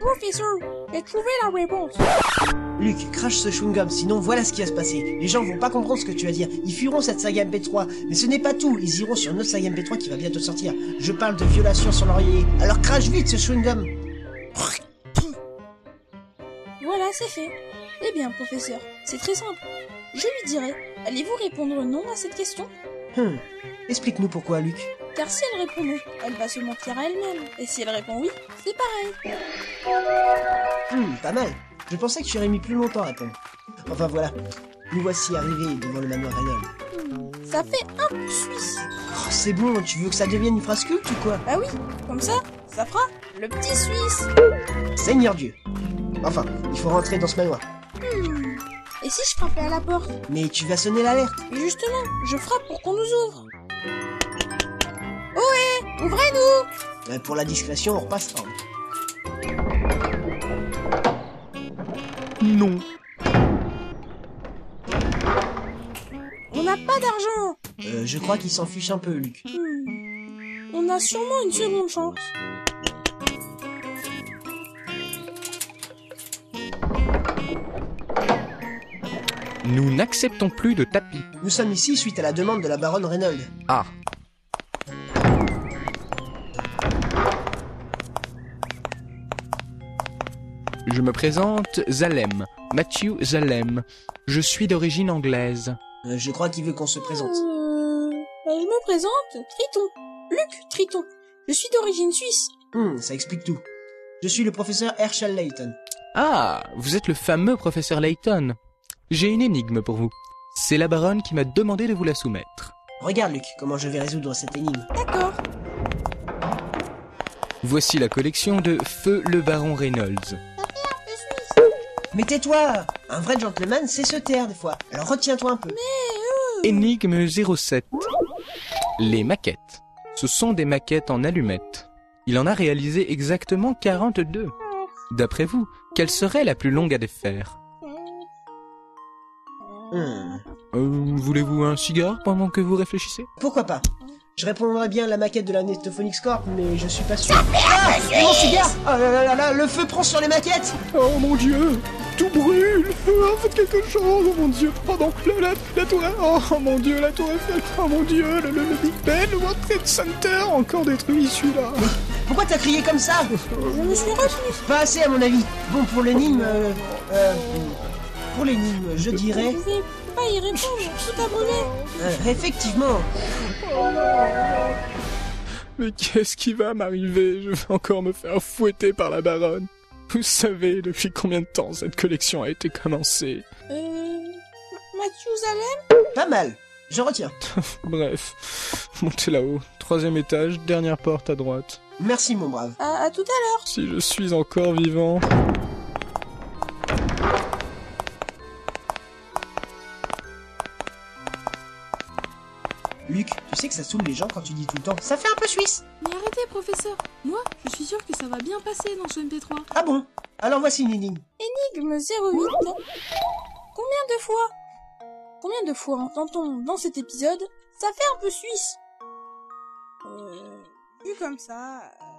professeur, j'ai trouvé la réponse. Luc, crache ce chewing-gum, sinon voilà ce qui va se passer. Les gens vont pas comprendre ce que tu vas dire. Ils fuiront cette saga MP3. Mais ce n'est pas tout, ils iront sur notre saga MP3 qui va bientôt sortir. Je parle de violation sur l'oreiller. Alors crache vite ce chewing-gum. Voilà, c'est fait. Eh bien, professeur, c'est très simple. Je lui dirai, allez-vous répondre non à cette question Hum, explique-nous pourquoi, Luc. Car si elle répond non, elle va se mentir à elle-même. Et si elle répond oui, c'est pareil. Hum, pas mal. Je pensais que tu aurais mis plus longtemps à répondre. Enfin voilà, nous voici arrivés devant le manoir Reynolds. Ça fait un suisse. Oh, c'est bon, tu veux que ça devienne une phrase culte ou quoi Bah oui, comme ça, ça fera le petit suisse. Seigneur Dieu. Enfin, il faut rentrer dans ce manoir. Hmm. Et si je frappais à la porte Mais tu vas sonner l'alerte. Mais justement, je frappe pour qu'on nous ouvre. Ohé, ouvrez-nous Euh, Pour la discrétion, on repassera. Non. On n'a pas d'argent. Euh, je crois qu'il s'en fiche un peu, Luc. Hmm. On a sûrement une seconde chance. Nous n'acceptons plus de tapis. Nous sommes ici suite à la demande de la baronne Reynolds. Ah. Je me présente Zalem, Matthew Zalem. Je suis d'origine anglaise. Euh, je crois qu'il veut qu'on se présente. Euh, bah, je me présente, Triton. Luc Triton. Je suis d'origine suisse. Hum, ça explique tout. Je suis le professeur Herschel Layton. Ah, vous êtes le fameux professeur Layton. J'ai une énigme pour vous. C'est la baronne qui m'a demandé de vous la soumettre. Regarde, Luc, comment je vais résoudre cette énigme. D'accord. Voici la collection de Feu le baron Reynolds. Mais tais-toi Un vrai gentleman, c'est se taire des fois. Alors retiens-toi un peu. Énigme 07. Les maquettes. Ce sont des maquettes en allumettes. Il en a réalisé exactement 42. D'après vous, quelle serait la plus longue à défaire Hum, Euh, Voulez-vous un cigare pendant que vous réfléchissez pourquoi pas Je répondrais bien à la maquette de la Netophonics Corp, mais je suis pas sûr. Ah Mon cigare Oh là là là là, le feu prend sur les maquettes Oh mon dieu Tout brûle Faites quelque chose Oh mon dieu Pardon La, la, la tour Oh mon dieu La tour Eiffel Oh mon dieu Le, Big Ben Le World Trade Center Encore détruit celui-là Pourquoi t'as crié comme ça Je me suis retenu. Pas assez à mon avis. Bon, pour l'énigme... Euh, euh, pour l'énigme, je dirais... Vous pouvez pas y répondre, tout a brûlé. euh, effectivement, Mais qu'est-ce qui va m'arriver Je vais encore me faire fouetter par la baronne. Vous savez depuis combien de temps cette collection a été commencée Euh, Mathieu Zalem pas mal. Je retiens. Bref, montez là-haut, troisième étage, dernière porte à droite. Merci, mon brave. à, à tout à l'heure. Si je suis encore vivant. Luc, tu sais que ça saoule les gens quand tu dis tout le temps. Ça fait un peu suisse. Mais arrêtez, professeur Moi, je suis sûre que ça va bien passer dans ce MP3. Ah bon Alors voici une énigme. Énigme 08. Combien de fois Combien de fois entend-on dans cet épisode Ça fait un peu suisse. Euh, vu comme ça, euh,